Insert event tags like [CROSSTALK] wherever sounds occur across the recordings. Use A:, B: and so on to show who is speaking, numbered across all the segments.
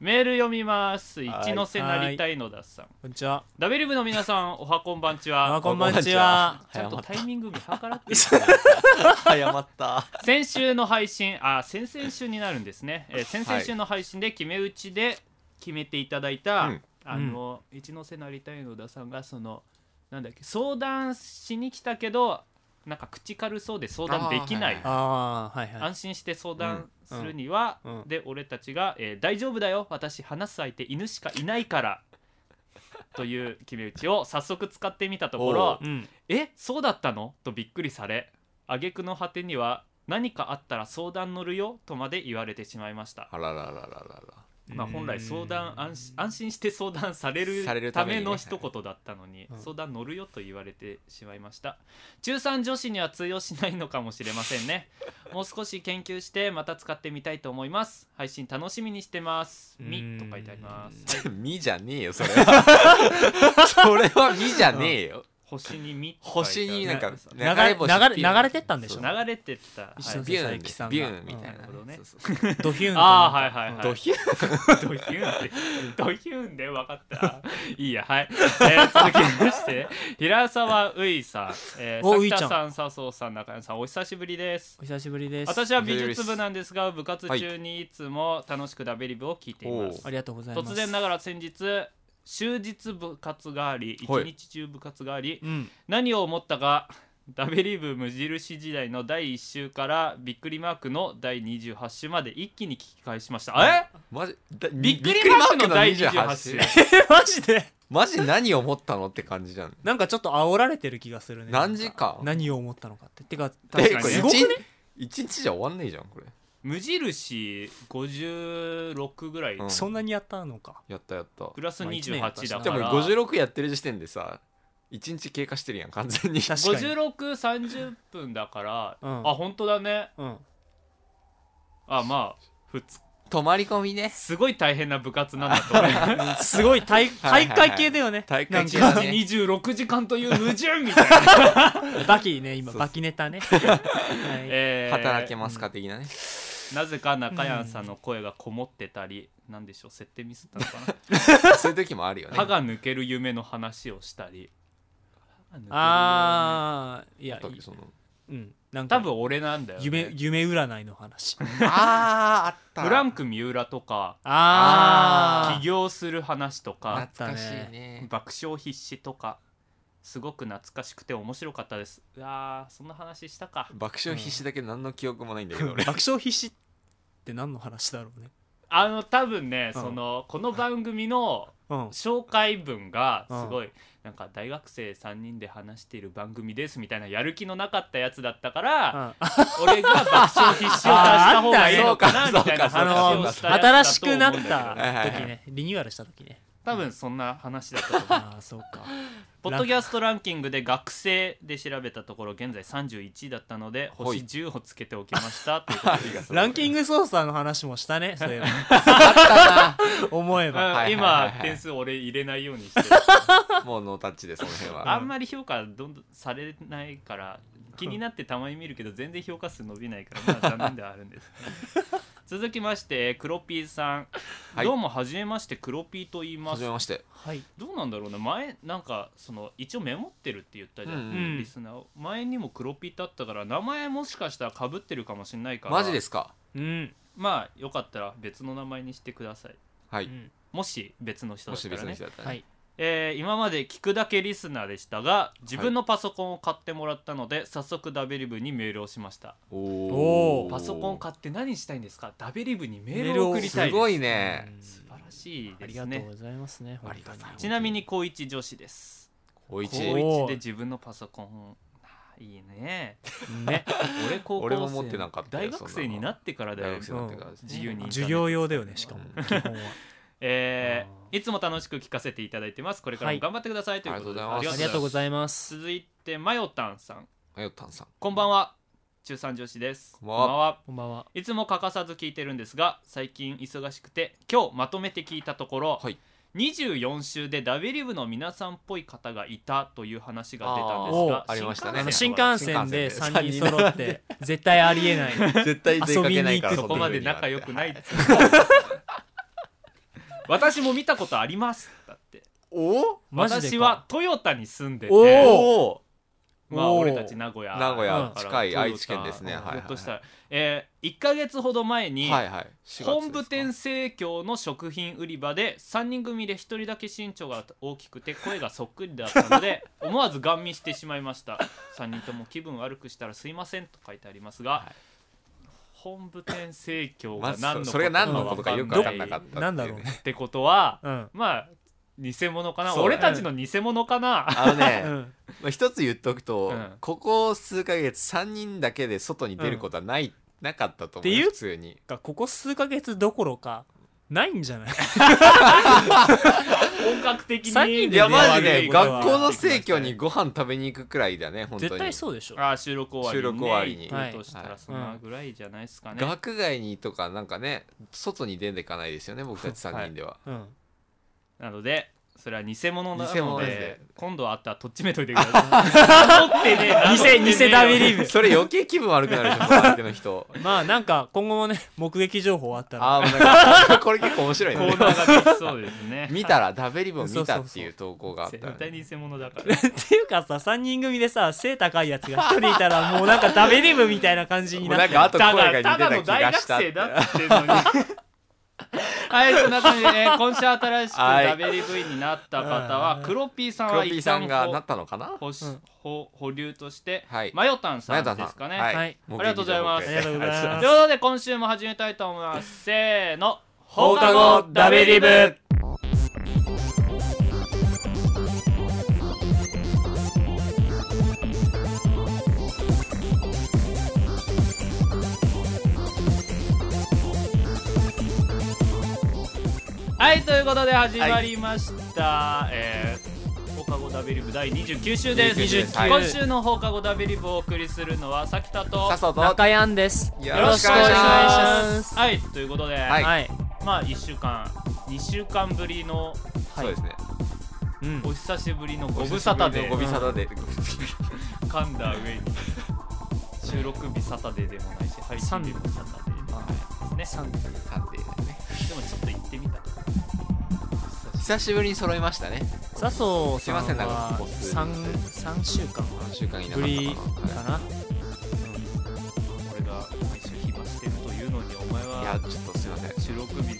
A: メール読みます
B: はい
A: 一ノ瀬なりたいのださん
B: こんにちは。
A: ダベリブの皆さんおはこんばんち
B: あ、
A: は
B: こんばんちは。
A: ちゃんと
C: 早まっ
A: タ
C: た
A: イミング見計らってる
C: 早まった
A: 先週の配信あ先々週になるんですね、えー先々週の配信で決め打ちで決めていただいた、
C: うん
A: あの、一ノ瀬なりたいのださんがそのなんだっけ相談しに来たけどなんか口軽そうで相談できない
C: あーはいはい
B: ああ、はいはい。
A: 安心して相談するには、
B: うんうん
A: で俺たちが、えー大丈夫だよ私話す相手犬しかいないから」という決め打ちを早速使ってみたところ
C: お
A: 「
B: うん。
A: えそうだったの?」とびっくりされ挙句の果てには「何かあったら相談乗るよ」とまで言われてしまいました、
C: あらららららら
B: [LAUGHS]
A: まあ、本来相談安心安心して相談され
C: され
A: る
C: る
A: た
C: ため
A: め
C: にね
A: の一言だったのに
B: うん
A: 相談乗るよと言われてしまいました中3女子には通用しないのかもしれません [LAUGHS] ねもう少し研究してまた使ってみたいと思います配信楽しみにしてます
B: うん
A: みと書いてあります
C: らみじゃねえよそれは [LAUGHS] それはみじゃねえよ
A: 星にみと書いてあ
C: 星
A: る
C: になんか
B: 流れ流れ流れてったんでしょ
C: そう
A: 流れてった、はい
B: 一緒に
C: ビューン
B: 佐々木さんが
C: ビューンみたい
A: な
C: な
A: るほどね
C: そうそう
B: ドヒューン。
A: ああはいはいはい
C: ドヒューン
A: ドヒューンってドヒューンで分かったいいやはい、えー続きまして平沢ういさん、え
B: お
A: ー、
B: ういちゃ
A: 作田
B: ん
A: さん笹生さん中山さんお久しぶりです
B: お久しぶりです。
A: 私は美術部なんですが部活中にいつも楽しくダベリブを聞いています
B: ありがとうございます。
A: 突然ながら先日終日部活があり一
C: はい
A: 日中部活があり
B: うん。
A: 何を思ったかダベリブ無印時代の第1週からびっくりマークの第28週まで一気に聞き返しましたえ
C: マジだ
A: びっくりマークの第
C: びっくりマークの
A: 28週
B: え、マジで
C: マジ何を思ったのって感じじゃん
B: なんかちょっと煽られてる気がするね。
C: 何時間
B: 何を思ったのかって。てか、
A: 確
C: え
A: か
C: こ
A: にね
C: れ
B: すごくね
C: 一日一日じゃ終わんねえじゃんこれ
A: 無印56ぐらい、
C: うん
B: そんなにやったのか。
C: やったやった
A: プラス
B: まあ一年やった
A: 28
B: し
A: だ
B: な
C: で
A: か
C: も
A: ら、
C: 56やってる時点でさ一日経過してるやん完全に [LAUGHS]
B: 確かに。
A: 5630分だから、
B: うん
A: あ本当だね
B: うん。
A: あまあ普通
C: 泊まり込みね
A: すごい大変な部活なんだと [LAUGHS] 思います
B: すごい体
C: はいはい
B: 体
C: はい
B: 会系だよね。
C: 体育会系
B: なん
C: だ
B: か
C: ね
A: 26時間という矛盾みたいな、
B: バキね、今、
C: そうそう
B: バキネタね。はい
A: [LAUGHS] えー
C: 働けますか
A: [LAUGHS]
C: 的なね
A: なぜか中山さんの声がこもってたり、なんでしょう設定ミスったのかな
C: そういう時もあるよね
A: 歯が抜ける夢の話をしたりあ
B: あー、いや
C: あ、ったっけその
B: うん。なんか
A: 多、分俺なんだよ、ね、
B: 夢、夢占いの話。
C: あーあった
A: フランク三浦とか
C: あ
B: あー
A: 起。業する話とか
B: あったね
C: 懐かしいね
A: 爆笑必至とかすごく懐かしくて面白かったですうわーそんな話したか
C: 爆笑必死だけど何の記憶もないんだけど俺
B: 爆笑必死って何の話だろうね。
A: あの多分ね、
B: うん
A: そのこの番組の
B: うん。
A: 紹介文がすごい、なんか大学生3人で話している番組ですみたいなやる気のなかったやつだったから、
B: あ
A: 俺が爆笑必死を出した方がいいのかな
C: あーあ
A: み
C: っ
A: た
C: た
A: い
C: ね
A: な
C: そうか
A: 話
C: そう
A: を
C: か
A: したやつだ
B: 新し
A: と思
B: く
A: うん
B: な
A: だけ
B: っ
A: ど
B: た
C: はいはいはい
B: 時ね、リニューアルした時ね。
A: 多分そんな話だと思う
B: ああ、そうか。
A: ポッドキャストランキングで学生で調べたところ現在31位だったので
C: ほ
A: 星
C: い
A: 10をつけておきま
C: [LAUGHS]
A: したということです
B: [LAUGHS] ランキング操作の話もしたね、そういえば。 [LAUGHS] 思え
A: うん
B: ば。
C: はいはいはい
A: 今
C: はい
A: 点数俺入れないように
C: [LAUGHS]
A: してる
C: もうノータッチでその辺
A: あ
C: は
A: んまり評価どんどんされないから気になってたまに見るけど全然評価数伸びないからまあ残念ではあるん
C: [LAUGHS]
A: ですね続きまして黒ピーさん、
C: はい
A: どうもはじめまして黒ピーと言いま
C: 初
A: す
C: めまして
B: はい。
A: どうなんだろうね前なんかその一応メモってるって言ったじゃん、
C: うん
B: うん
A: リスナーを前にも黒ピーだったから名前もしかしたらかぶってるかもしれないから
C: マジですか
B: うん。
A: まあよかったら別の名前にしてくださいう
C: は
B: う
C: い
B: ん
A: もし別の人
C: も
A: だっ
C: した
A: ら
C: 別の
A: ね
C: 人だったら
B: は
C: ね
B: い。
A: えー今まで聞くだけリスナーでしたが自分のパソコンを買ってもらったので、早速ダベリブにメールをしました
C: お
B: おー
A: パソコン買って何したいんですかダベリブにメ
B: メ
A: ー
B: ー
A: ル
B: ル
A: を
B: を
A: 送りたいです
C: すごいね
B: うん
A: 素晴らしい
B: あ
A: で
B: り
A: す
B: がとう
A: ね
B: ございますね。本当に
C: ありがたい
A: ちなみに高一女子です
C: おい
A: 高
C: ち
A: 一で自分のパソコンあーいいねね俺高校生
C: [LAUGHS] 俺も持ってなかったよ
A: 大学生になってからだ
C: 大
A: よ
C: 学生になってからです
A: 自由にインターネット
B: 授業用だよね、しかも
C: う。
B: 基本は。
A: え
B: あ
A: ーいつも楽しく聞かせていただいてますこれからも頑張ってください、ということで
C: はい
B: ありがとうご
A: い
B: ざいます。
A: 続いてマヨタンさん
C: 迷ったんさん
A: こんばんは中三女子です
C: こんばんは
B: こんばんは。
A: いつも欠かさず聞いてるんですが最近忙しくて今日まとめて聞いたところ、
C: はい
A: 24週でダビリブの皆さんっぽい方がいたという話が出たんですが
C: あーありましたね
B: あの
A: 新
B: 新
A: 幹線は
B: 幹線で
C: 新
B: 3
C: 幹線で
B: 人揃って、絶対
C: [LAUGHS]
B: ありえない。
C: 絶対出かけないからんな
B: 遊びに行く
A: そこまで仲良くないいっつう [LAUGHS] 私も見たことありますだって
B: おマジで
A: 私
B: か
A: はトヨタに住んで
B: お
A: て
C: お
A: まあ
B: お
A: 俺
B: ー
A: たち名古屋
C: 名古
B: 屋
C: 近い
A: だから
C: 愛知県ですね
A: トヨタ
C: はいはいはい
A: ひょっとしたら、えー、1か月ほど前
C: お
A: に、
C: はいはい4月ですか
A: 本部店生協の食品売り場で3人組で1人だけ身長が大きくて声がそっくりだったので
C: [LAUGHS]
A: 思わずガン見してしまいました3人とも気分悪くしたらすいませんと書いてありますが、
C: はい
A: 本部店生協
C: ま
A: が
C: ず
A: 何の
C: そそれが何のことかよく分かんなかったていう
B: なんだろうね
A: ってことは
B: うん
A: まあ偽物かな、
C: そう
A: 俺たちの偽物か
C: [LAUGHS]
A: な、
C: あのね
B: う、ん
C: まあ、一つ言っとくと、
A: うん
C: ここ数ヶ月3人だけで外に出ることはない、なかったと
B: って
C: 思う
B: いう
C: 普通に
B: かここ数ヶ月どころかないんじゃない
A: 本格的に
B: 三人
C: い
B: で
C: やマジ
B: 悪
C: で
B: いことは
C: 学校の生協にご飯食べに行くくらいだね本当に
B: 絶対そうでしょ
A: あー収録終わりに、ね、
C: 収録終わりに
A: 行くとした
C: は
A: ら
C: い
A: そんなぐらいじゃないですかね、
C: 学外にとかなんかね外に出ていかないですよね僕たち3人では、
B: うん
A: なのでそれは偽物な
C: 偽
A: の
C: 物
A: で
C: ですね
A: 今度会ったらとっちめといてくだ
C: [LAUGHS]
A: さい名乗ってね名乗ってね
B: 偽偽ダビリブ
C: それ余計気分悪くなるでしょその相手の人
B: まあなんか今後もね目撃情報あったら
C: あーもうなんかこれ結構面白い
A: コー
C: ね
A: ナーができそうですね
C: 見たらダベリブを見たっていう投稿があったらね
A: 絶対偽物だから
B: [LAUGHS] っていうかさ3人組でさ背高いやつが1人いたらもうなんかダメリブみたいな感じに
C: もうな
B: なっ
C: ん
B: て
C: かあと
A: た
C: 声
A: だ
C: が
A: ただ
C: 似
A: の
C: てた気
A: 大
C: が
A: 学
C: したっ
A: 生
C: て
A: だって言
C: [LAUGHS]
A: ってんのにはいそんな感じで、ね、今週新しく
C: はい
A: WV になった方はクロッピーさん
C: 黒
A: は
C: ピー
A: 一
C: さ
A: 旦
C: んがな
A: ほ
C: ったのかな
A: 保守
B: うん
A: 保保留として、
C: はい
A: マヨタンさ
C: 前
A: ん
C: 田
A: ですかね、
B: は
C: はいい、
A: ありがとうございます
B: ありがとうございます
A: ということで今週も始めたいと思いますせーの
B: 放課後ダベリブ
A: はいということで始まりました、えー放課後ダベリブ第29週です
C: 29です
A: 今週の放課後ダベリブをお送りするのはさきたと
C: さっさと
B: 中やんです
C: よろしくお願いし
B: ます
A: はいということで、
C: は
B: はいい、
A: まあ1週間2週間ぶりの
C: そうですね
B: うん
A: お久しぶりのご無沙汰で
C: ご無沙汰で、
A: 噛んだ上に収録日サタデーでもないし配信日もサタデーでもないですね
C: さ
B: 三
C: てね
A: でもちょっと行ってみた
C: 久しぶりに揃いましたね
B: 笹生さ
C: すいません
B: ん
C: なんか
B: は
C: ここ数日
B: 三三週間
C: 3週間いなか
B: ぶり
C: ったか
B: か
C: な
B: な
A: 俺が毎週暇してるというのにお前
C: はいい
A: は
C: やちょっとすいません
A: 収録日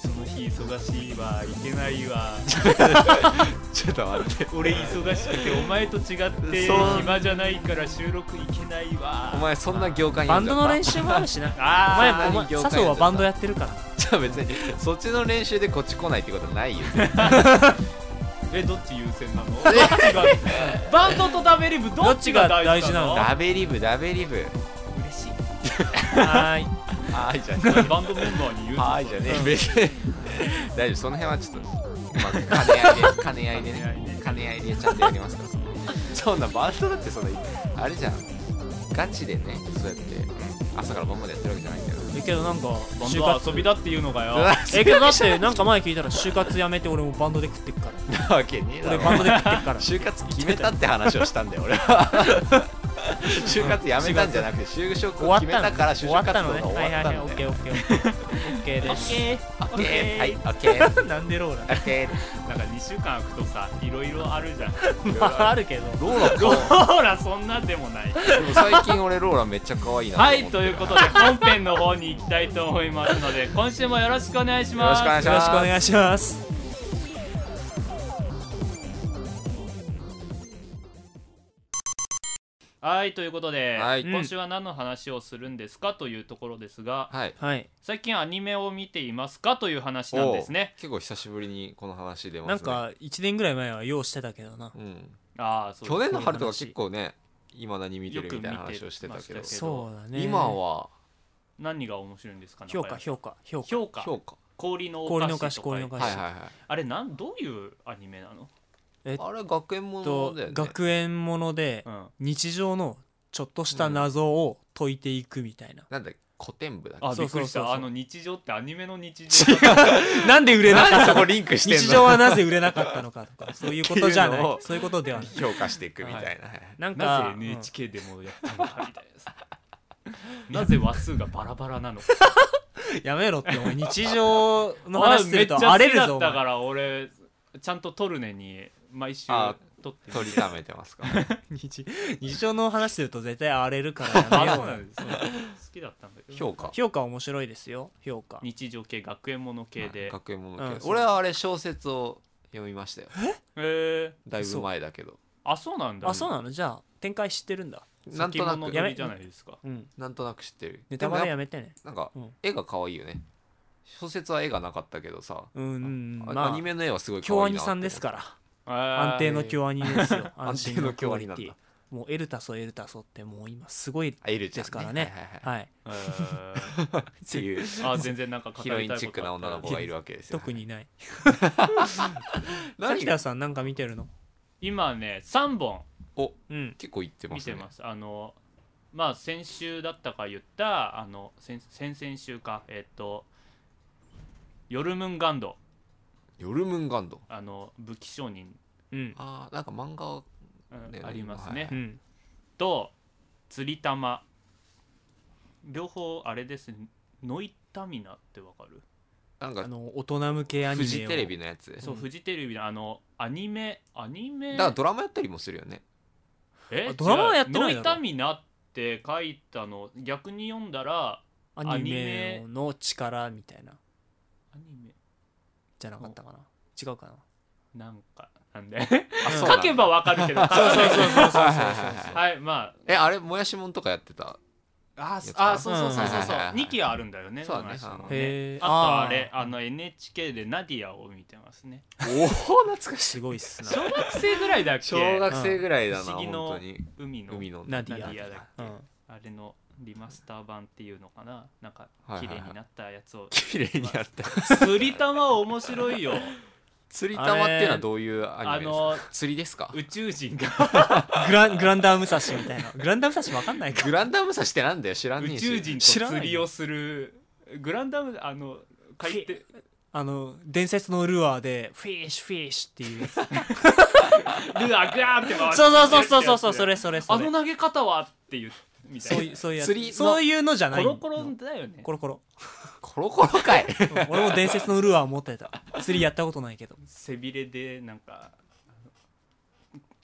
A: その日忙しいわいけないわ
C: ちょっと待って
A: 俺忙しくてお前と違って
C: そう
A: 暇じゃないから収録いけないわ
C: [LAUGHS] お前そんな業界に
B: バンドの練
C: 習
B: 習もあるしなお前
A: [LAUGHS] あ
B: もお前
C: 業界
B: 笹生はバンドやってるから
C: じゃあ [LAUGHS] 別にそっちの練習でこっち来ないってことはないよ [LAUGHS]
A: ーえどっち優先なのどっちがバンドとダベリブどっちが大事なの
B: どっ
C: ダベリブダベリブ
A: 嬉しい
B: はー [LAUGHS] い
C: はーいじゃ
A: バンドメンバーに言う
C: あ
A: と
C: はーいじゃねえ別に大丈夫その辺はちょっとまあ兼ね合いで兼ね合いでね兼ね合いでちゃんとやりますからそんなバンドだってそんなあれじゃんガチでねそうやって朝から晩までやってるわけじゃないんだよ
B: えけどなんか
A: バン
B: 就
A: ドは
B: 活
A: 遊びだっていうのかよ
B: えけどだ
C: [LAUGHS]
B: ってなんか前聞いたら就活やめて俺もバンドで食ってくから
C: [LAUGHS] なわけねえだ
B: 俺
C: ろ
B: バンドで食って
C: [LAUGHS]
B: くから
C: 就活決めたって話をしたんだよ俺は
B: [LAUGHS]
C: 就活やめたんじゃなくて就職
B: 終
C: を
B: わっ
C: 決め
B: たの
C: た
B: ね
C: から就
B: 終わ
C: 職活
B: った
C: 動
B: の
C: が
B: ね
C: 終
B: はい
C: わ
B: は
C: っ
B: い
C: た
B: はい
C: ん
B: オッ
C: だ
B: ケー
C: よ
B: オッケーオッケーオッケーですオッケー
C: オッケーはいオッケー
B: なんでロ
C: [LAUGHS]
B: ーラ
C: オッ
B: [LAUGHS]
C: ケー
A: なんか2週間空くとさいろいろある
C: [LAUGHS]
A: じゃん
B: まああるけど
C: ローラか
A: ローラそんなんでもない
C: でも最近俺ローラめっちゃ可愛いな思っ
A: は
C: てる
A: いということで本編の方に行きたいと思いますので今週もよろしくお願いします
C: よろしく
B: よろしくお願いします
A: はいということで、
C: はい
A: 今週は何の話をするんですかというところですが
C: はい
B: はい
A: 最近アニメを見ていますかという話なんですね
C: おう結構久しぶりにこの話出ますね
B: なんか1年ぐらい前はようしてたけどな
C: うん
A: ああそう
C: 去年の春と
B: こういう
C: か
B: 話
C: 結構ね今何見てるみたいな話をしてたけ
A: よ
C: ど
A: く見てまし
B: そうだね
C: 今は
A: 何が面白いんですか
B: 評
A: 中山
B: 価評価評価
A: 評価
C: 評価
A: 氷のお菓子
B: 氷のお菓子
A: とか
B: 氷のお菓
C: はい
B: 子
C: はいはい
A: あれなんどういうアニメなの、
B: えっ
C: あれ学園もの
B: と
C: だよね
B: 学園もので
A: うん、
B: 日常のちょっとした謎を解いていくみたいな
C: なんだ古典部だっけ
A: あ
B: そ
A: びっ
B: う
A: く
B: そうそうそう
A: りしたあの日常ってアニメの日常
B: なんで売れなか
C: なんで
B: った
C: そこリンクしてんの
B: 日常はなぜ売れなかったのかとかそういうことじゃ
C: っ
B: な
C: ていうの
B: い
C: を
B: そういうことではない
C: 評価していくみたいな、はい
B: なん
A: な
B: か
A: ぜ NHK でもやったのかみたいなさなぜ話数がバラバラなのか
B: やめろってお前日常の
A: あ
B: 話す
A: めっ
B: る
A: ちゃ
B: と
A: 好
B: 荒れ
A: き
B: る
A: だ
B: ぞ
A: っ
B: お
A: た
B: 前
A: から俺ちゃんとトルネに毎週
C: あ
A: 撮ってる
C: 取りためてますから
B: [LAUGHS] 日日常の話すると絶対荒れるか
A: あ
B: らや
A: そう
B: め
A: な
B: ようんよ
A: [LAUGHS] ですそうなんです好きだったんだけど
C: 評価
B: 評価面白いですよ評価
A: 日常系学園もの系で、
C: 学園もの系、
B: うんそう
C: 俺はあれ小説を読みましたよ
A: えー、
C: だいぶ前だけど
A: あそうなんだ
B: あそうなのじゃあ展開知ってるんだ
C: なんとな
A: 先物
C: く
A: 読
B: やめ
A: みじゃないですか
B: うん
C: なんとなく知ってる
B: ネタバレやめてね
C: なんか
B: うん
C: 絵が可愛いよね小説は絵がなかったけどさ、
B: うんう
C: あ
B: んうんま
C: ア
B: あ
C: ニメの絵はすごい可愛い
B: 京
C: な
B: アニさんです
C: ら
B: から
A: 安
B: 安定の京アニですよ安
C: 安
B: 心
C: 定の
B: の
C: 京
B: 京
C: ア
B: ア
C: ニ
B: ニ
C: なん
B: っ
C: だ
B: ていうもうエルタソエルタソってもう今すごい
C: あエルちゃん
B: ですからね
C: はいはいはい
B: はい
C: っていう
A: あ全然なんか語
C: ヒ
A: りたいこ
C: ロイン
A: と
C: チックな女の子がいるわけですよ
B: 特にない
C: 何
B: 崎田さんなんか見てるの
A: 今ね3本
C: お
B: うん
C: 結構言ってま
A: 見
C: すね
A: てますあのまあ先週だったか言ったあの先先々週かえっと「ヨルムンガンド
C: ヨルムンガンド」
A: あの武器商人、
B: うん
C: あーなんか漫画を
A: うん
C: ね
A: ありますね、
C: はい
B: うん
A: と「釣り玉」両方あれですねノイタミナってわかる
C: なん
B: あ
C: か
B: の大人向けアニメ
C: フ
B: を
C: ジテレビのやつだか
A: そうフジテレビのあのアニメアニメ
C: らドラマやったりもするよね
A: え
B: あドラマはやってないだろ
A: 違うノイタミナって書いたの逆に読んだら
B: アニメの力みたいな
A: アニメ
B: じゃなかったかな違うかな
A: なんかなんで
C: あ
B: うん
C: そうなん
A: 書
C: だ
A: けばわかるけど書か
B: そう
A: ない
B: そうそうそうそう
C: はいはいはいはい
A: はいま
C: えあれもやしもんとかやってた
A: ああ
C: つか
A: あそうそうそうそう
C: うんはいはいはいはい
A: 2期あるんだよね
C: そうだね
A: の話も
C: うん
B: へー
A: あとあれ
B: あー
A: あの NHK でナディアを見てますね
C: おお懐かしい
B: すごいっすな
A: 小学生ぐらいだっけ
C: 小学生ぐらいだ
A: 不
C: な
A: 思議の
C: 本当に
A: 海の
C: 海の
B: ナデ
A: ナデ
B: ィア
A: ィアだっけ、
B: うん
A: あれのリマスター版っていうのかななんか
C: はいはい
A: 綺
C: はい
A: 麗になったやつを
C: 綺麗にやった
B: [LAUGHS]
A: すり玉面白いよ
C: 釣り玉っていうのはどういうア
A: あ
C: ニメですか
A: の
C: 釣りですか
A: 宇宙人が
B: グラングランダー武蔵みたいなグランダー武蔵わかんないか
C: グランダムサシってなんだよ知らん
A: 宇
C: ねえし
A: 宙人と
B: 知らない
A: 釣りをするグランダムあの海底
B: あの伝説のルアーでフィッシュフィッシュっていうやつ
A: ルアーグラーンって回って
B: そうそうそうそうそうそ
A: れ
B: れそれそ
A: あ
B: れ
A: の投げ方はっていうみた
B: そう
A: い
B: い
A: な
B: うそういうや
C: 釣りの
B: つそういうのじゃな
A: コ
B: い
A: ロコロだよね
B: コロコロ
C: コロコロかい
B: うん俺も伝説のルアー持ってた釣りやったことないけど
A: 背びれでなんかあ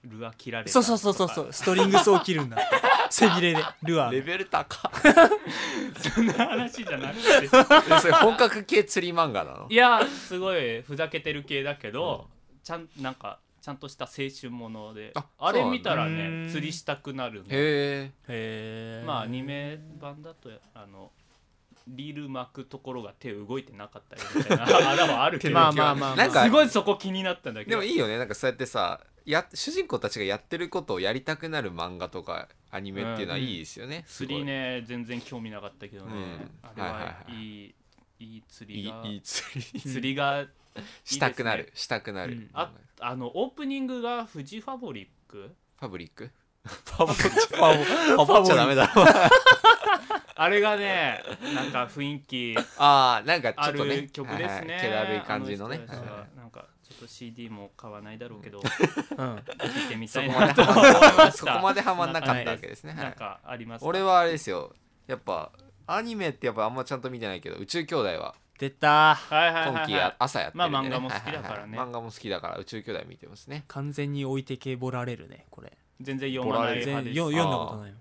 A: のルアー切られた
B: そうそうそうそうそう [LAUGHS] ストリングスを切るんだ背びれでルア
C: レ
B: ー
C: ベル
A: と
C: 高
A: [LAUGHS] かそんな話じゃなくて
C: えそれ本格系釣り漫画なの
A: いやすごいふざけてる系だけど、ちゃんなんかちゃんとした青春もので
C: あ
A: あれ見たら
B: そうなん
A: ね
B: だ
A: 釣りしたくなるの
C: へえ
B: へえ
A: まあアニメ版だとあのリール巻くところが手動いてなかったりみたいなあらはあるけ
C: [LAUGHS]
A: ど、
B: まあまあまあまあ
C: なんか
A: すごいそこ気になったんだけ
C: で
A: ど
C: もいいよねなんかそうやってさや主人公たちがやってることをやりたくなる漫画とかアニメっていうのはいいですよね、す
A: 釣
C: ごい
A: りね全然興味なかったけどね、
C: うん
A: あれ
C: はい
A: は
C: はい
A: い,、
C: はい
A: いい、釣
C: い
A: り
C: い
A: が
C: いい釣り
A: 釣りが
C: したくなる
A: いいで
C: したくなる、
B: うん
A: ああのオープニングがフジファブリック
C: ファブリックファブリックファ
B: ァブリック
C: ブちゃダメだ
A: あれがねなんか雰囲気
C: ああなんかちょ
A: あ
C: っとね
A: る曲ですね
C: はいはい気だるい感じのね
A: あ人たち
C: はいは
A: はいなんかちょっと CD も買わないだろうけど
C: [LAUGHS]
B: うん
A: 聞いてみ
C: そ
A: た
C: こ
A: い
C: ま
A: な
C: で
A: と思い
C: ハマんなか
A: ま
C: った
A: し
C: そ
A: た
C: こまでハマんなかったわけですね、は
A: なん
C: い、
A: かありますか
C: 俺はあれですよやっぱアニメってやっぱあんまちゃんと見てないけど宇宙兄弟は
B: 出た
A: はいはいはい、は
C: 今
A: い、
C: 期や朝やってるん
A: ま
C: で、ね
A: あ漫画も好きだからね
C: はいはい [LAUGHS] はい漫画も好きだから宇宙兄弟見てますね
B: 完全に置いてけぼられるねこれ
A: 全然読まない
B: 全
A: 派で
B: 然
A: す
B: よ読んだことないよ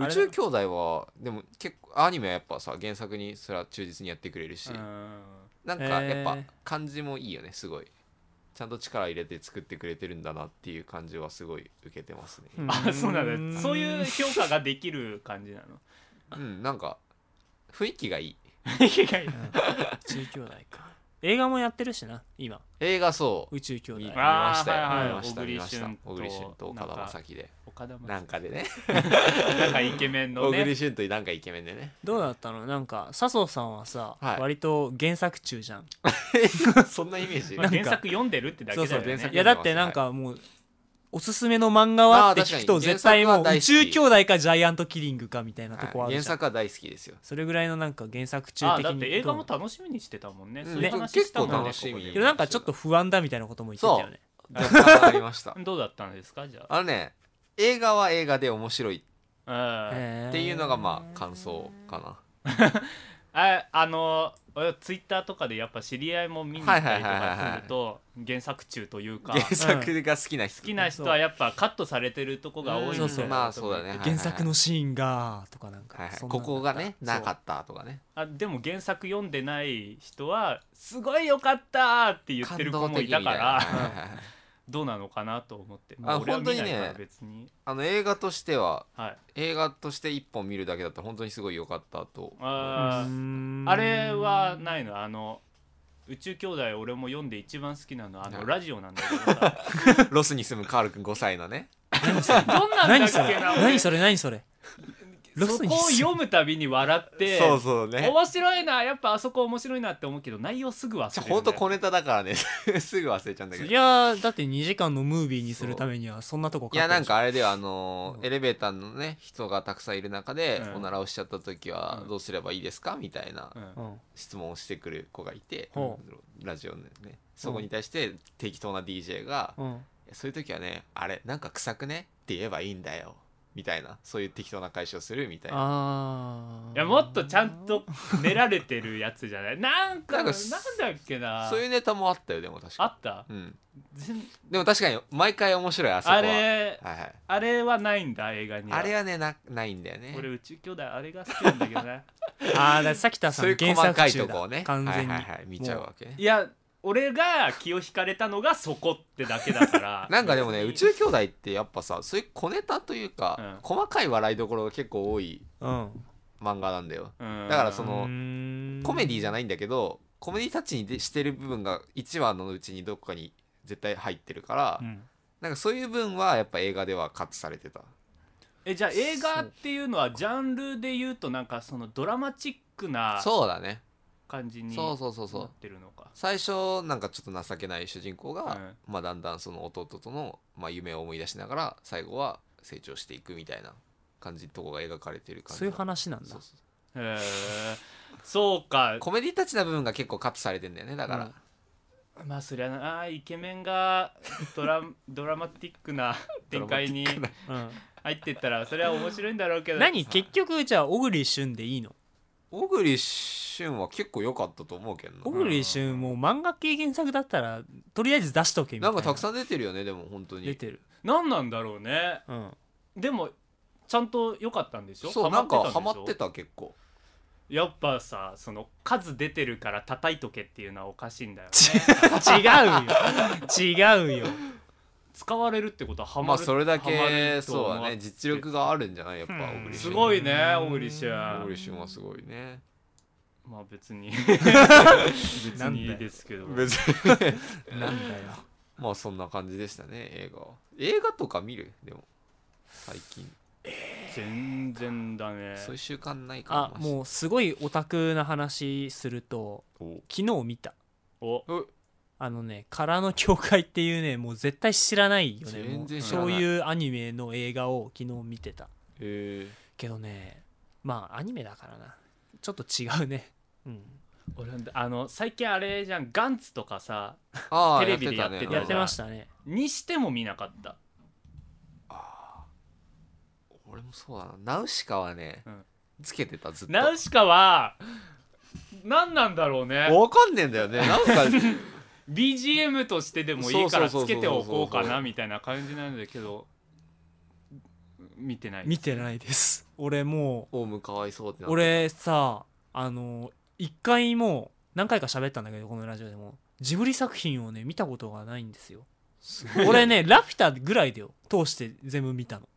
B: あ
C: 宇
B: れ
C: 宙兄弟はでも結構アニメはやっぱさ原作にそれは忠実にやってくれるし、
A: うん
C: なんかやっぱ
B: へー
C: 感じもいいよねすごいちゃんと力入れて作ってくれてるんだなっていう感じはすごい受けてますね、
A: [LAUGHS] あそうなんだそういうう評価ができる感じな
C: [LAUGHS]
A: の
C: うんなんか雰囲気がいい
A: いやいや
B: 宇宙兄弟か映画もやってるしな今
C: 映画そう
B: 宇宙兄弟
C: 見見
A: あ
C: ましたよ、
A: はいはい
C: 見ました
A: 小栗
C: 見ました
A: 旬と
C: 小栗旬と岡田
A: なんか
C: 将生で
A: 岡田
C: な
A: 真
C: んかでね
A: 希なんかイケメンの
C: 小栗
A: ね
C: 旬となんかイケメン
A: [LAUGHS]
C: でね
B: どうだったのなんか笹生さんはさ、
C: はい
B: 割と原作中じゃん
C: そんなイメージ
A: まあ
B: なんか
A: 原作読んでるってだけだよ
C: そうそう原作
A: ね
B: いやだってなんかもう、おすすめの漫画
C: ま
B: は
C: あ
B: って聞
C: 確
B: くと
C: かに
B: 絶対もう
C: 原作は大好
B: 宇
C: き
B: 宙兄弟かジャイアントキリングかみたいなとこ
C: は
B: あ
C: い原
B: るじゃん、
C: 作は大好きですよ
B: それぐらいのなんか原作中
A: あ
B: 的に
A: だって映画も
B: どう
A: 楽しみにしてたもんね
C: うん
A: そういう話したもんね
C: 結構楽しみ
A: ここ
B: でもなんかちょっと不安だみたいなことも言ってたよね
C: 若干ありました
A: でどうだったんですかじゃ
C: あのね映画は映画で面白い
A: あうん
B: へー
C: っていうのがまあ感想かな
A: あああのツイッターとかでやっぱ知り合いも見に行ったりとかすると原作中というか
C: 原作が好きな人
A: 好きな人はやっぱカットされてるとこが多いん
B: そうそ
A: で
B: う
C: まあそうだねはいはいはい
B: 原作のシーンがとかなんか、
C: はいはい
B: そんな
C: こ
B: の
C: こがね
B: そう
C: なかったとかね
A: あでも原作読んでない人は「すごいよかった!」って言ってる子もいたか
C: 感動的みたいなはい
A: ら
C: はいはい
A: どうなのかなと思って、
C: あ
A: 俺は見ないから
C: 本当にね
A: 別に、
C: あの映画としては
A: はい、
C: 映画として一本見るだけだったら本当にすごい良かったと
A: あー
B: うーん
A: あれはないのあの宇宙兄弟俺も読んで一番好きなのはあ
C: は
A: の
C: い
A: ラジオなんだけどさ
C: ロスに住むカールくん5歳のね
A: どんなんだ
B: 何
A: っ
B: それ
A: けな
B: 何それ何それロ
A: そ
B: ス
A: こ
B: に
A: を読むたびに笑って
C: そうそうね
A: 面白いなやっぱあそこ面白いなって思うけど内容すぐ忘
C: ち
A: れ
C: ょ
A: る
C: ほんと
A: んだよ
C: 小ネタだからね [LAUGHS] すぐ忘れちゃうんだけ
B: そ
C: ど
B: りゃあだって2時間のムービーにするためにはそんなとこ
C: いやなん
B: あ
C: かあれではあのー
B: うん
C: エレベーターのね人がたくさんいる中で
A: うん
C: おならをしちゃった時は
A: うん
C: どうすればいいですかみたいな
A: うん
B: うん
C: 質問をしてくる子がいて
B: ほ
C: ラジオでねそこに対して適当な DJ が
B: うん
C: 「そういう時はねあれなんか臭くね?」って言えばいいんだよみたいなそういう適当な返しをするみたいな
B: あー
A: いやもっとちゃんと練られてるやつじゃないなんか
C: なん
A: なん
C: か
A: だっけな
C: そういうネタもあったよでも確
A: あ
C: か
A: った
C: うん
A: 全
C: でも確かに毎回面白いあそこは
A: あれ
C: はいはい
A: あれはないんだ映画には
C: あれはねなないんだよね
A: 俺宇宙兄弟あれが好きなんだけど
C: [LAUGHS]
A: ね
B: あーださきたさ
C: そうい
B: ん
C: う
B: 原
C: 細か
B: 作
C: い
B: 中
C: とこを
B: だ、
C: ね
B: 完全に、
C: はいはいはい、見ちゃうわけね
A: いや俺が気を引かれたのがそこってだけだから
C: [LAUGHS] なんかでもね宇
A: 別
C: 宙
A: に
C: 兄弟ってやっぱさそういう小ネタというか、細かい笑いどころが結構多い
B: うん
C: 漫画なんだよ
A: うん
C: だからその
B: うーん
C: コメディじゃないんだけどコメディタッチにでしてる部分が1話のうちにどこかに絶対入ってるから、
A: うん
C: なんかそういう分はやっぱ映画ではカットされてた
A: えじゃあ映画っていうのはジャンルで言うとなんかそのドラマチックな
C: そうだね
A: 感じに
C: そ
A: な
C: うそうそうそう
A: ってるのか
C: 最初なんかちょっと情けない主人公が、
A: うん
C: まあ、だんだんその弟との、まあ、夢を思い出しながら最後は成長していくみたいな感じのとこが描かれてる感じ
B: そういう話なんだ
C: そうそう
A: へえそうか
C: [LAUGHS] コメディタッチな部分が結構カットされてんだよねだから、
B: うん
A: まあそりゃなあーイケメンがドラドラマティックな展開に
B: うん
A: 入ってったらそれは面白いんだろうけど
B: 何結局じゃあ小栗旬でいいの
C: 小栗旬は結構良かったと思うけど
B: 小
C: な
B: 栗旬もう漫画系原作だったらとりあえず出しとけみた
C: ないん
B: な
C: かたく
B: ん
C: さん出てるよねでも本当に
B: 出てる
A: 何なんだろうね
B: うん
A: でもちゃんと良かったんでしょ
C: そう
A: ハ
C: なんか
A: マ
C: ハマ
A: んでしょ
C: ってた結構
A: やっぱさその数出てるから叩いとけっていうのはおかしいんだよね
B: 違うよ違うよ
A: 使われるってことはハ
C: ま
A: マ
C: あ
A: る
C: それだ
A: ハマる
C: け
A: と
C: そう
A: 思
C: だね実力があるんじゃないやっぱ
B: うん
C: 小栗旬
A: すごいね
B: うん
A: 小栗旬
C: 小栗旬はすごいね
A: まあ別
C: [LAUGHS]
A: に [LAUGHS] 別
B: なん
A: に
B: だよ
A: いいですけど
C: 別に [LAUGHS]
B: なんだよ
C: まあそんな感じでしたね映画は映画とか見るでも最近
A: 全然だね
C: そういう習慣ないから
B: あもうすごいオタクな話すると
C: お
B: 昨日見た
A: お
B: あのね「空の教会」っていうねもう絶対知らないよねもう
C: 全然知らな
B: そう
C: い
B: いうアニメの映画を昨日見てた
C: え
B: けどねまあアニメだからなちょっと違うねうん
A: 俺あの最近あれじゃんガンツとかさ
C: ー、ああ
A: テレビで
C: やってたね
B: や
A: や
B: っ
A: ってて
B: ま
A: ま
B: し
A: した
B: ね
A: にしても見なかった
C: 俺もそうだなナウシカはね、
A: うん
C: つけてたずっと
A: ナウシカは何なんだろうね
C: わかんねえんだよねなんか
A: BGM としてでもいいから
C: そ
A: つ
C: うそうそうそうそう
A: けておこうかなみたいな感じなんだけど見てない
B: 見てないです俺もう
C: オウムかわいそうってなって
B: 俺さあの一回も何回か喋ったんだけどこのラジオでもジブリ作品をね見たことがないんで
C: [LAUGHS]
B: すよ
C: すごいね
B: 俺ねラピュタぐらいだよ通して全部見たの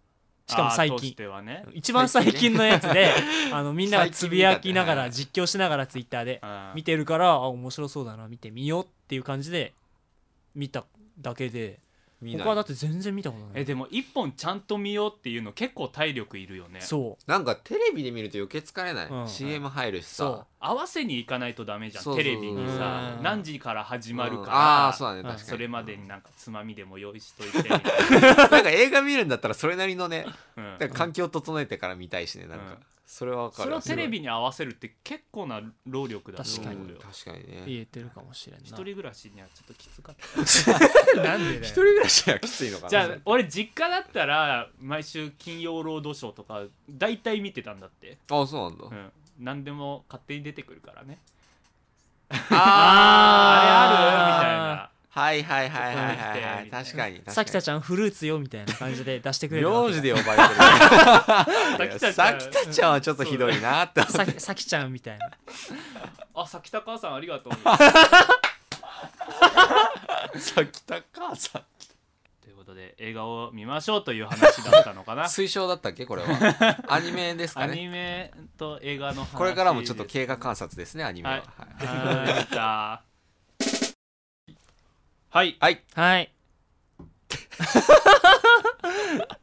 B: しかも
A: あー
B: 最
A: とし
B: 近
A: てはね
B: 一番最近のやつで、あのみんながつぶやきながら
C: 最近
B: 実況しながらツイッターで
A: あー
B: 見てるからあ面白そうだな見てみようっていう感じで見ただけで
C: 見ない
B: 他はだって全然見たことない
A: えでも一本ちゃんと見ようっていうの結構体力いるよね
B: そ
C: なんかテレビで見ると余計疲れない、
B: うん
C: CM 入るし
B: そ
C: さ
B: う
A: 合わせに行かないとダメじゃん
C: そうそう
A: テ
C: そう
A: レビにさ
B: うん
A: 何時から始まる
C: うん
A: から、
C: ああそうだね
B: うん
C: 確かに
A: それまでになんかつまみでも用意しとい
C: [LAUGHS]
A: てみたい
C: なんか映画見るんだったらそれなりのね
A: な、うん
C: だから環境整えてから見たいしねなんか、
A: うん
C: それはわかる
A: それをテレビに合わせるって結構な労力だと
B: 確
A: 思
B: か
A: う
B: に
A: よ
C: うん確かに
B: う
C: ね
B: 言えてるかもしれんない
A: 一人暮らしにはちょっときつかっ
B: [LAUGHS] なんでだよ
C: 一人暮らしはきついのか
A: た
C: な
A: じゃあ俺実家だったら毎週金曜ロードショーとか大体見てたんだって、
C: ああそうなんだ、
A: うん、何でも勝手に出てくるからね
B: あー
A: あれあ
C: はいはいはいはいは
A: ここ
C: いはい
A: に来てみたいな
C: 確かに確かに
B: さきたちゃんフルーツよみたいな感じで出してくれるわ
C: 名
B: け
C: 字
B: だ
C: で呼ばれ
A: るみたいな
C: てるさきたちゃんはちょっとひどいなって思
B: ささきちゃんみたいな
A: あさきた母さんありがと
C: [LAUGHS]
A: う
C: うさきた母さん
A: ということで映画を見ましょうという話だったの
C: [LAUGHS]
A: かな
C: 推奨だったっけこれは [LAUGHS] アニメです
A: ア
C: かね
A: ニメと映画の話
C: これからもちょっと
A: です
C: 経過観察ですねアニメは
A: はい
C: はい
A: はいじゃあはい
C: はい
B: はい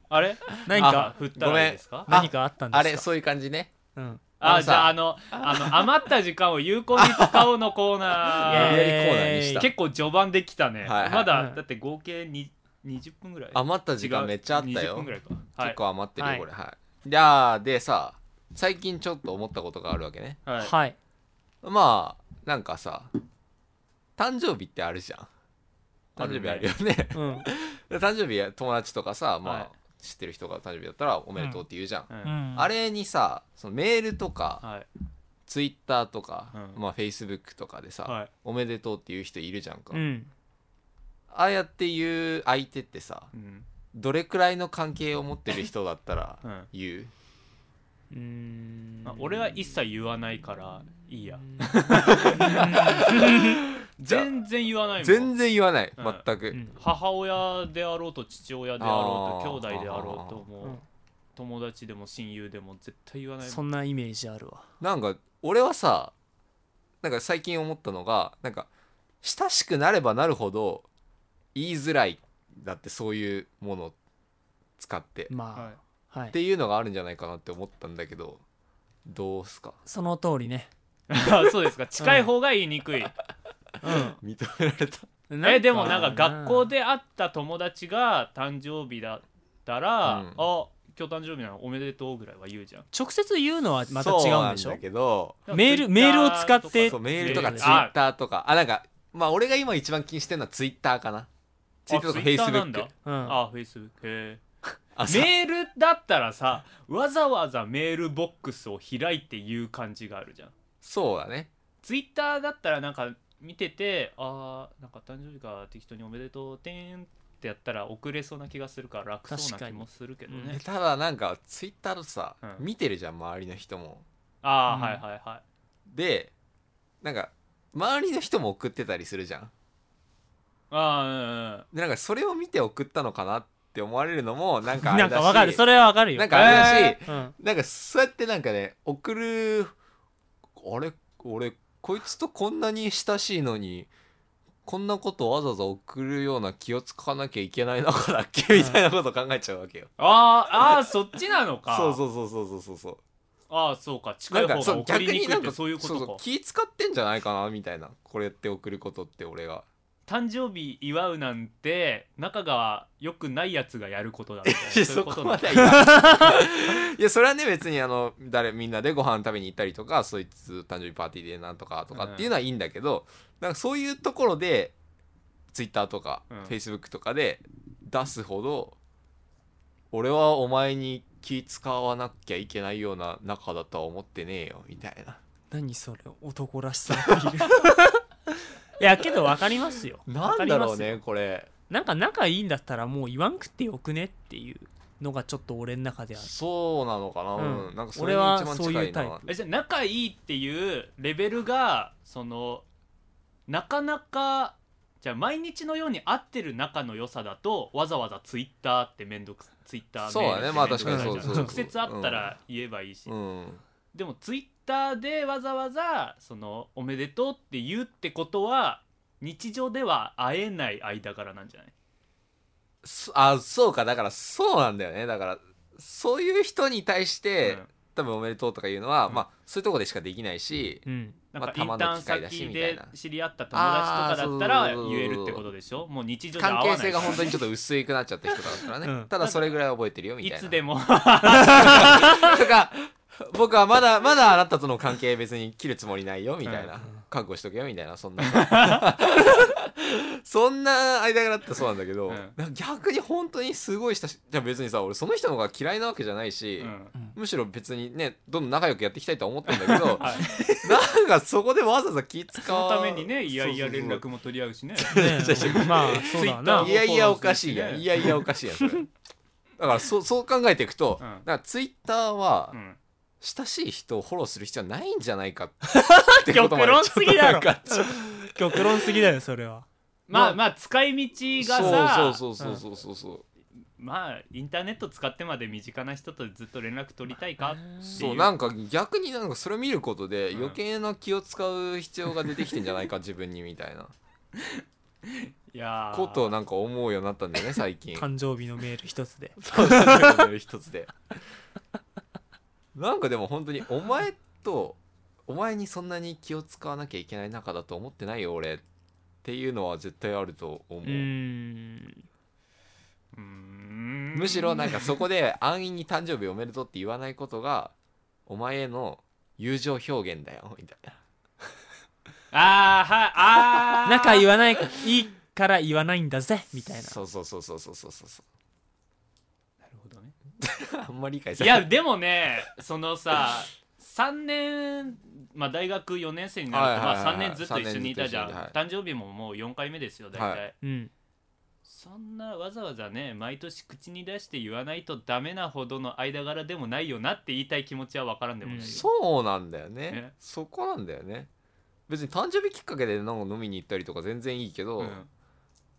A: あれ
B: 何か
A: あ振ったらいいですか
B: 何かあったんですか
C: あれそういう感じね
B: うん
A: あ
C: あのさ
A: じゃああのあの余った時間を有効に使おうのコーナー
C: 無理
B: イエ
C: やりコーナーにし
B: ー
C: た
A: 結構序盤できたね、
C: はいはい
A: まだ、
B: うん
A: だって合計に20分ぐらい
C: 余った時間めっちゃあった
A: 20
C: よ
A: 分ぐらいか、はい
C: 結構余ってる
B: は
C: よ
B: い
C: これはいじゃあでさ最近ちょっと思ったことがあるわけね
A: はい
B: はい
C: まあなんかさ誕生日ってあるじゃん
A: あ
C: 誕生
A: るね
C: 日あるよね
B: うん
C: [LAUGHS] で誕生日友達とかさまあ、
A: はい
C: 知ってる人が誕生日だったらおめでとうって言うじゃん、
A: うん
B: うん
C: あれにさそのメールとか
A: はい
C: ツイッターとか、
A: うん
C: まあ、フェイスブックとかでさ、
A: はい
C: おめでとうっていう人いるじゃんか、
B: うん
C: ああやって言う相手ってさ
A: うん
C: どれくらいの関係を持ってる人だったら
A: うん
C: 言う
B: うーん
A: まあ俺は一切言わないからいいや全然言わないもん
C: 全然言わない、
A: うん
C: 全く、
B: うん
A: 母親であろうと父親であろうと
C: あー
A: 兄弟であろうともう、
B: うん
A: 友達でも親友でも絶対言わないも
B: そ
A: ん
B: んなイメージあるわ
C: なんか俺はさなんか最近思ったのがなんか親しくなればなるほど言いづらいだってそういうものを使っ
A: は
C: て、
B: ま
A: い
B: あはい
C: っていうのがあるんじゃないかなって思ったんだけどどうすか
B: その通りね
A: あそうですか近い [LAUGHS] 方が言いにくい、
B: う
C: 認められた
B: ん
A: えでもなんか学校で会った友達が誕生日だったら、
C: うん
A: あ今日誕生日なのおめでとうぐらいは言うじゃん
B: 直接言うのはまた違うんでし
C: そうなん
B: ょ
C: だけど
B: メールメールを使って
C: そうメールとか
B: メール
C: ツイ
B: で
C: ッ
A: あ
C: ターとかあなんかまあ俺が今一番気にしてるのはツイッターかなツイッターとかフェイスブック
B: うん
A: あフェイスブックへ
C: あ
A: えメールだったらさわざわざメールボックスを開いて言う感じがあるじゃん
C: そうだね
A: ツイッターだったらなんか見ててあーなんか誕生日か適当におめでとうてんってやったら遅れそうな気がするから楽そう
B: 確
A: な
B: か
A: 気
B: に
A: もするけど
B: う
A: ね
C: えただなんかツイッターとさ、
A: うん
C: 見てるじゃん周りの人も
A: ああ、
B: うん
A: はいはいはい
C: でなんか周りの人も送ってたりするじゃん
A: あ
C: でなんかそれを見て送ったのかなって思われるのもなんかあれ
B: な
C: だ
B: ん
C: し
B: かわかるそれはわかるよ
C: なんかあれだし、
A: え
B: うん
C: なんかそうやってなんかね送るあれ俺こいつとこんなに親しいのにこんなことわざわざ送るような気を使わなきゃいけないのかだっけみたいなこと考えちゃうわけよ。
A: ああーあーそっちなのか
C: そう
A: う
C: そうそうそうそうそうそう。
A: ああそうか近
C: ないん
A: 方
C: かそ
A: が
C: う
A: 送
C: 逆
A: りに
C: に
A: くい
C: な
A: っ
C: んか
A: てそういうこと
C: そうそ
A: か
C: う気使ってんじゃないかなみたいなこれやって送ることって俺が。
A: 誕生日祝うなんて仲が良くないやつがやることだみたいなそうい
C: [LAUGHS] そう
A: こと
C: こ
A: な
C: ま
A: の
C: ではいやいやそれはね別にあの誰みんなでご飯食べに行ったりとかそいつ誕生日パーティーでなんとかとかっていうのはいいんだけど、なんかそういうところで Twitter とか
A: うん
C: Facebook とかで出すほど、俺はお前に気使わなきゃいけないような仲だとは思ってねえよみたいな
B: 何それ男らしさアピール [LAUGHS] いやけどわかりますよわ
C: な
B: か
C: ん
B: り
C: だ
B: ます
C: ろうねこれ
B: なんか仲いいんだったらもう言わんくてよくねっていうのがちょっと俺の中である
C: そうなのかな、
B: うん
C: うんなんかそれに一番近
B: 俺はそうい
C: いう
B: タ
C: な
B: イ
A: えじゃあ仲いいっていうレベルがそのなかなかじゃあ毎日のように会ってる仲の良さだとわざわざツイッターって面倒くツイッター
C: そうだねまあ確
B: かにそうそう
A: 直接会ったら言えばいいし、
C: うん
A: でもツイッターでわざわざそのおめでとうって言うってことは日常では会えない間柄なんじゃない
C: そあそうかだからそうなんだよねだからそういう人に対し
A: う
C: て、
A: ん
C: 多分おめでとうとかいうのは、
A: うん
C: まあそういうとこでしかできないし、
B: うん
A: なん
C: ま
A: か
C: あ
A: インターン
C: たまの機会だし
A: 先
C: みたい
A: で
C: な
A: 知り合った友達とかだった
C: あー
A: ら
C: そうそうそうそう
A: 言えるってことでしょもう日常で会
C: 関
A: わない
C: 係性が本当にちょっと薄いくなっちゃった人だっ
A: [LAUGHS]
C: たらね、
B: うん
C: ただそれぐらいは覚えてるよみ
A: い
C: たいな。
A: つで
C: も
A: も
C: とか僕はまだまだあなたとの関係別に切るつもりないよみたいな、
A: うん [LAUGHS]
C: 覚悟しとけよみたいなそんなそんな間柄だったらそうなんだけど、
A: うん
C: なんか逆に本当にすごい親しじゃあ別にさ俺その人の方が嫌いなわけじゃないし、
A: うん
C: [LAUGHS] むしろ別にねどんどん仲良くやっていきたいとは思ったんだけ
A: [LAUGHS]
C: ど
A: はい、
C: なんかそこでわざわざ気使う
A: そのためにねいやいや連絡も取り合うしね
B: ねまあそうだな
A: Twitter
C: いやいやおかしいやん
A: ね
C: いやいやおかしいやんそれだからそそう考えていくと、
A: うん
C: なんかツイッターは
A: うん
C: 親しい人をフォローする必要はないんじゃないかってこと
B: 極
A: [LAUGHS]
C: まで
B: 論すぎだろ
C: ちょっとなんか
B: 極論すぎだよそれは
A: まあまあ使い道がさ
C: そうそうそうそうそうそう、
A: まあインターネット使ってまで身近な人とずっと連絡取りたいかって
C: そ
A: いうう
C: なんか逆になんかそれを見ることで
A: うん
C: 余計な気を使う必要が出てきてんじゃないか自分に
A: [LAUGHS]
C: みたいない
A: やー
C: ことをなんか思うようになったんだよね最
A: [LAUGHS]
C: 近
B: 誕生日のメール一つで
C: そうそう一つでなんかでも本当にお前とお前にそんなに気を使わなきゃいけない仲だと思ってないよ俺っていうのは絶対あると思う、
B: うーん
A: うーん
C: むしろなんかそこで安易に誕生日おめでとうって言わないことがお前への友情表現だよみたいな
A: あーはいあー
B: なんか言わないいいから言わないんだぜみたいな
C: そうそうそうそうそうそうそう
A: なるほどね
C: あんまり理解さ
A: い
C: れない
A: やでもねそのさ3年、まあ、大学4年生になると、
C: はいはいはいはい
A: まあ、3年ずっと一緒にいたじゃん、
C: 三年ずっと
A: 誕生日ももう4回目ですよ大体、
C: は
B: うん
A: そんなわざわざね毎年口に出して言わないとダメなほどの間柄でもないよなって言いたい気持ちは分からんでもないよ、
B: うん
C: そうなんだよね
A: ね
C: そこなんだよね別に誕生日きっかけでなんか飲みに行ったりとか全然いいけど、
A: うん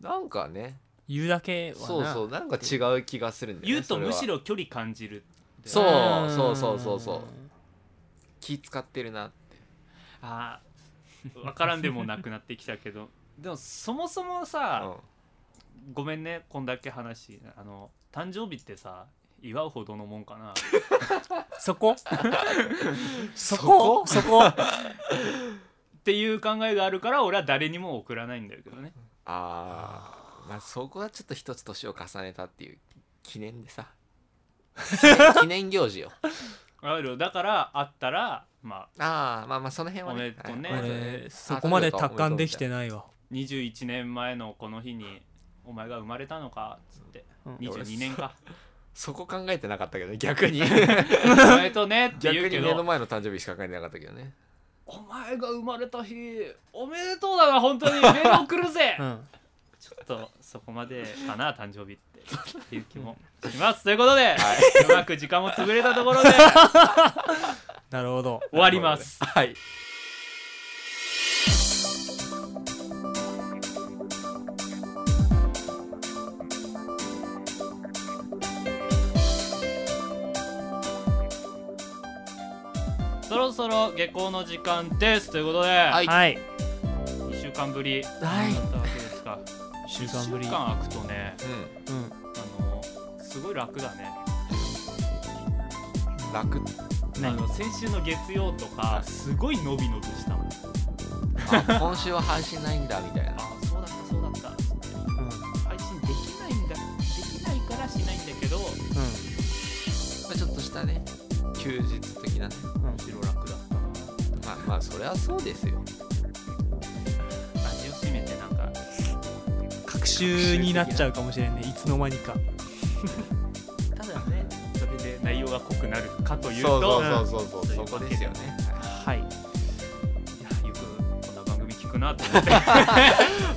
C: なんかね
B: 言うだけはな
C: そうそうなんか違う気がするんだよね
A: 言うと
C: それ
A: む
C: は
A: しろ距離感じる
C: そう
B: ーん
C: そうそうそうそう気使ってるな
A: あー分からんでもなくなってきたけどでもそもそもさ、ごめんねこんだけ話あの誕生日ってさ祝うほどのもんかな [LAUGHS]
B: そこ
C: うん
B: そこそこ
A: っていう考えがあるから俺は誰にも送らないんだけどね
C: ああまあそこはちょっと一つ年を重ねたっていう記念
A: [LAUGHS]
C: でさ記念行事よ
A: わかるだから会ったらま
C: ああまあまあその辺は
A: おめでとうね
C: はいおめでとう
B: 俺そこまで達観できてないわ
A: あ21年前のこの日に「お前が生まれたのか」っつって
B: うん
A: 22年か
C: そこ考えてなかったけどね逆
A: [LAUGHS]
C: に
A: 「おめでとうね」って
C: 逆
A: 言う
C: に
A: け
C: 目の
A: ど
C: 前の誕生日しか考えてなかったけどね
A: 「お前が生まれた日おめでとうだな本当にメール送るぜ!」
B: うん
A: ちょっとそこまでかな誕生日ってっていう気もしますということで、 [LAUGHS] うまく時間も潰れたところで
B: なるほど
A: 終わります
C: はい
A: そろそろ下校の時間ですということで、
C: はい
B: はい
A: 1週間ぶり
C: はい
A: だったわけですが
B: 1週間ぶり
A: 1週間空くとね
C: う
B: うん
A: あのすごい楽だね
C: ん楽
A: あの先週の月曜とかすごい伸び伸びしたもん
C: あ今週は配信ないんだみたいな
A: あそうだったそうだった配信できないんだできないからしないんだけどむ
B: う
C: ちょっとしたね休日的なね
B: んうん
A: しろ楽だったな
C: まあまあそれはそうですよ
A: ラジオ閉めてなんか
B: 隔週になっちゃうかもしれんねいつの間にか
A: ただねそれで内容が濃くなるかというと
C: そうそうそうそううんそこですよね
B: はい
A: いやよくこんな番組聞くなと思って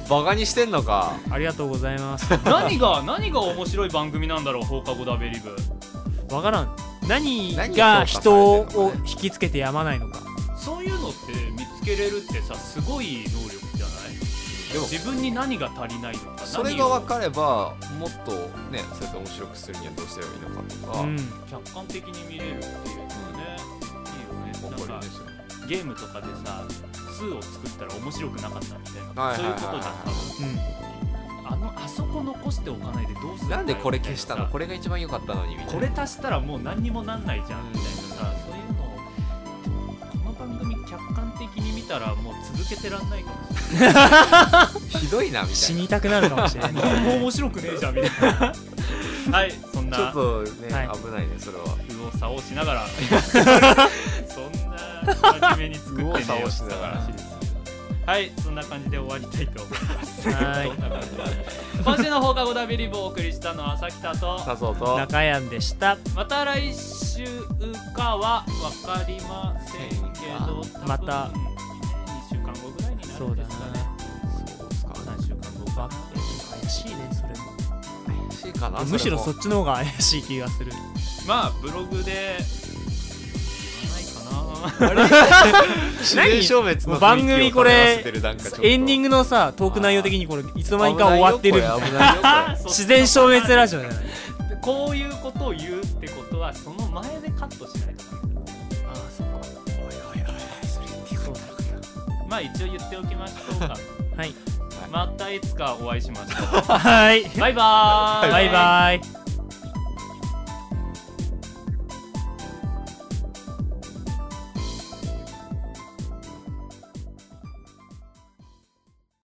C: バカにしてんのか
B: ありがとうございます
A: 何が何が面白い番組なんだろう放課後ダベリブ
B: わからん何
C: 何
B: が
C: が
B: 人
C: 評価されてるの
B: を
C: かね
B: 引きつけてやまないのか
A: そういうのって見つけれるってさすごい能力じゃない
C: でも
A: 自分に何が足りないのか
C: それ
A: 何
C: が
A: を
C: 分かればもっとねそうやって面白くするにはどうしたらいいのかとか、
B: う
C: うん
B: ん
A: 客観的に見れるっていうのはねいいよねなん
C: 誇り
A: か
C: ですよね
A: ゲームとかでさ2を作ったら面白くなかったみたいな、
C: はいは
A: そ
C: いはいはい
A: ういうことじゃん多分あのあそこ残しておかないでどうするんだ
C: な
A: よ
C: んでこれ消したの
A: み
C: こ
A: い
C: れが一番良かったのにみた
A: ないさ
C: な
A: これ足したらもう何にもなんないじゃん
C: うん
A: みたいなさそういうのをこの番組客観的に見たらもう続けてらんないかもし
C: ひどいなみた
B: 死
C: いな
B: にたくなるかもしれ
A: れ [LAUGHS]
C: [LAUGHS]
B: な
A: ないいもう面白くねえじゃんみたいなはいそんな
C: ちょっとね、
B: はい
C: 危ないねそれは
A: 右往左往しなが
C: [LAUGHS]
A: らそんな真面目に作ってねえよ
C: 右往左往しながら
A: って話ですよはいそんな感じで終わりたいと思います
B: はい
A: そんな感じで今週の放課後ダビリブをお送りしたのは朝北と
C: さそうと
B: 中山でした
A: また来週かは分かりませんけど多分
B: また
A: 2週間後ぐらいになるんですかね
C: そうですか
A: 3週間後か
B: 怪しいねそれも
C: 怪しいかな
B: むしろそ
C: れ
B: っちの方が怪しい気がする
A: まあブログで言わないかな
C: も自然消滅の
B: 番組これエンディン
C: グ
B: グのさトーク内容的にこれいつの間にか終わってるみたいな
C: 危ないよこれ危ない
A: [LAUGHS]
C: よこれ
B: 自然消滅ラジオじゃない
A: こういうことを言うってことはその前でカットしないとダメだ
B: ああそっか
C: おいおいおいそれ聞くな
A: まあ一応言っておきましょう
B: [LAUGHS]
A: か
B: はい
A: またいつかお会いしましょう
B: はい
A: バイバーイ
B: バイバイ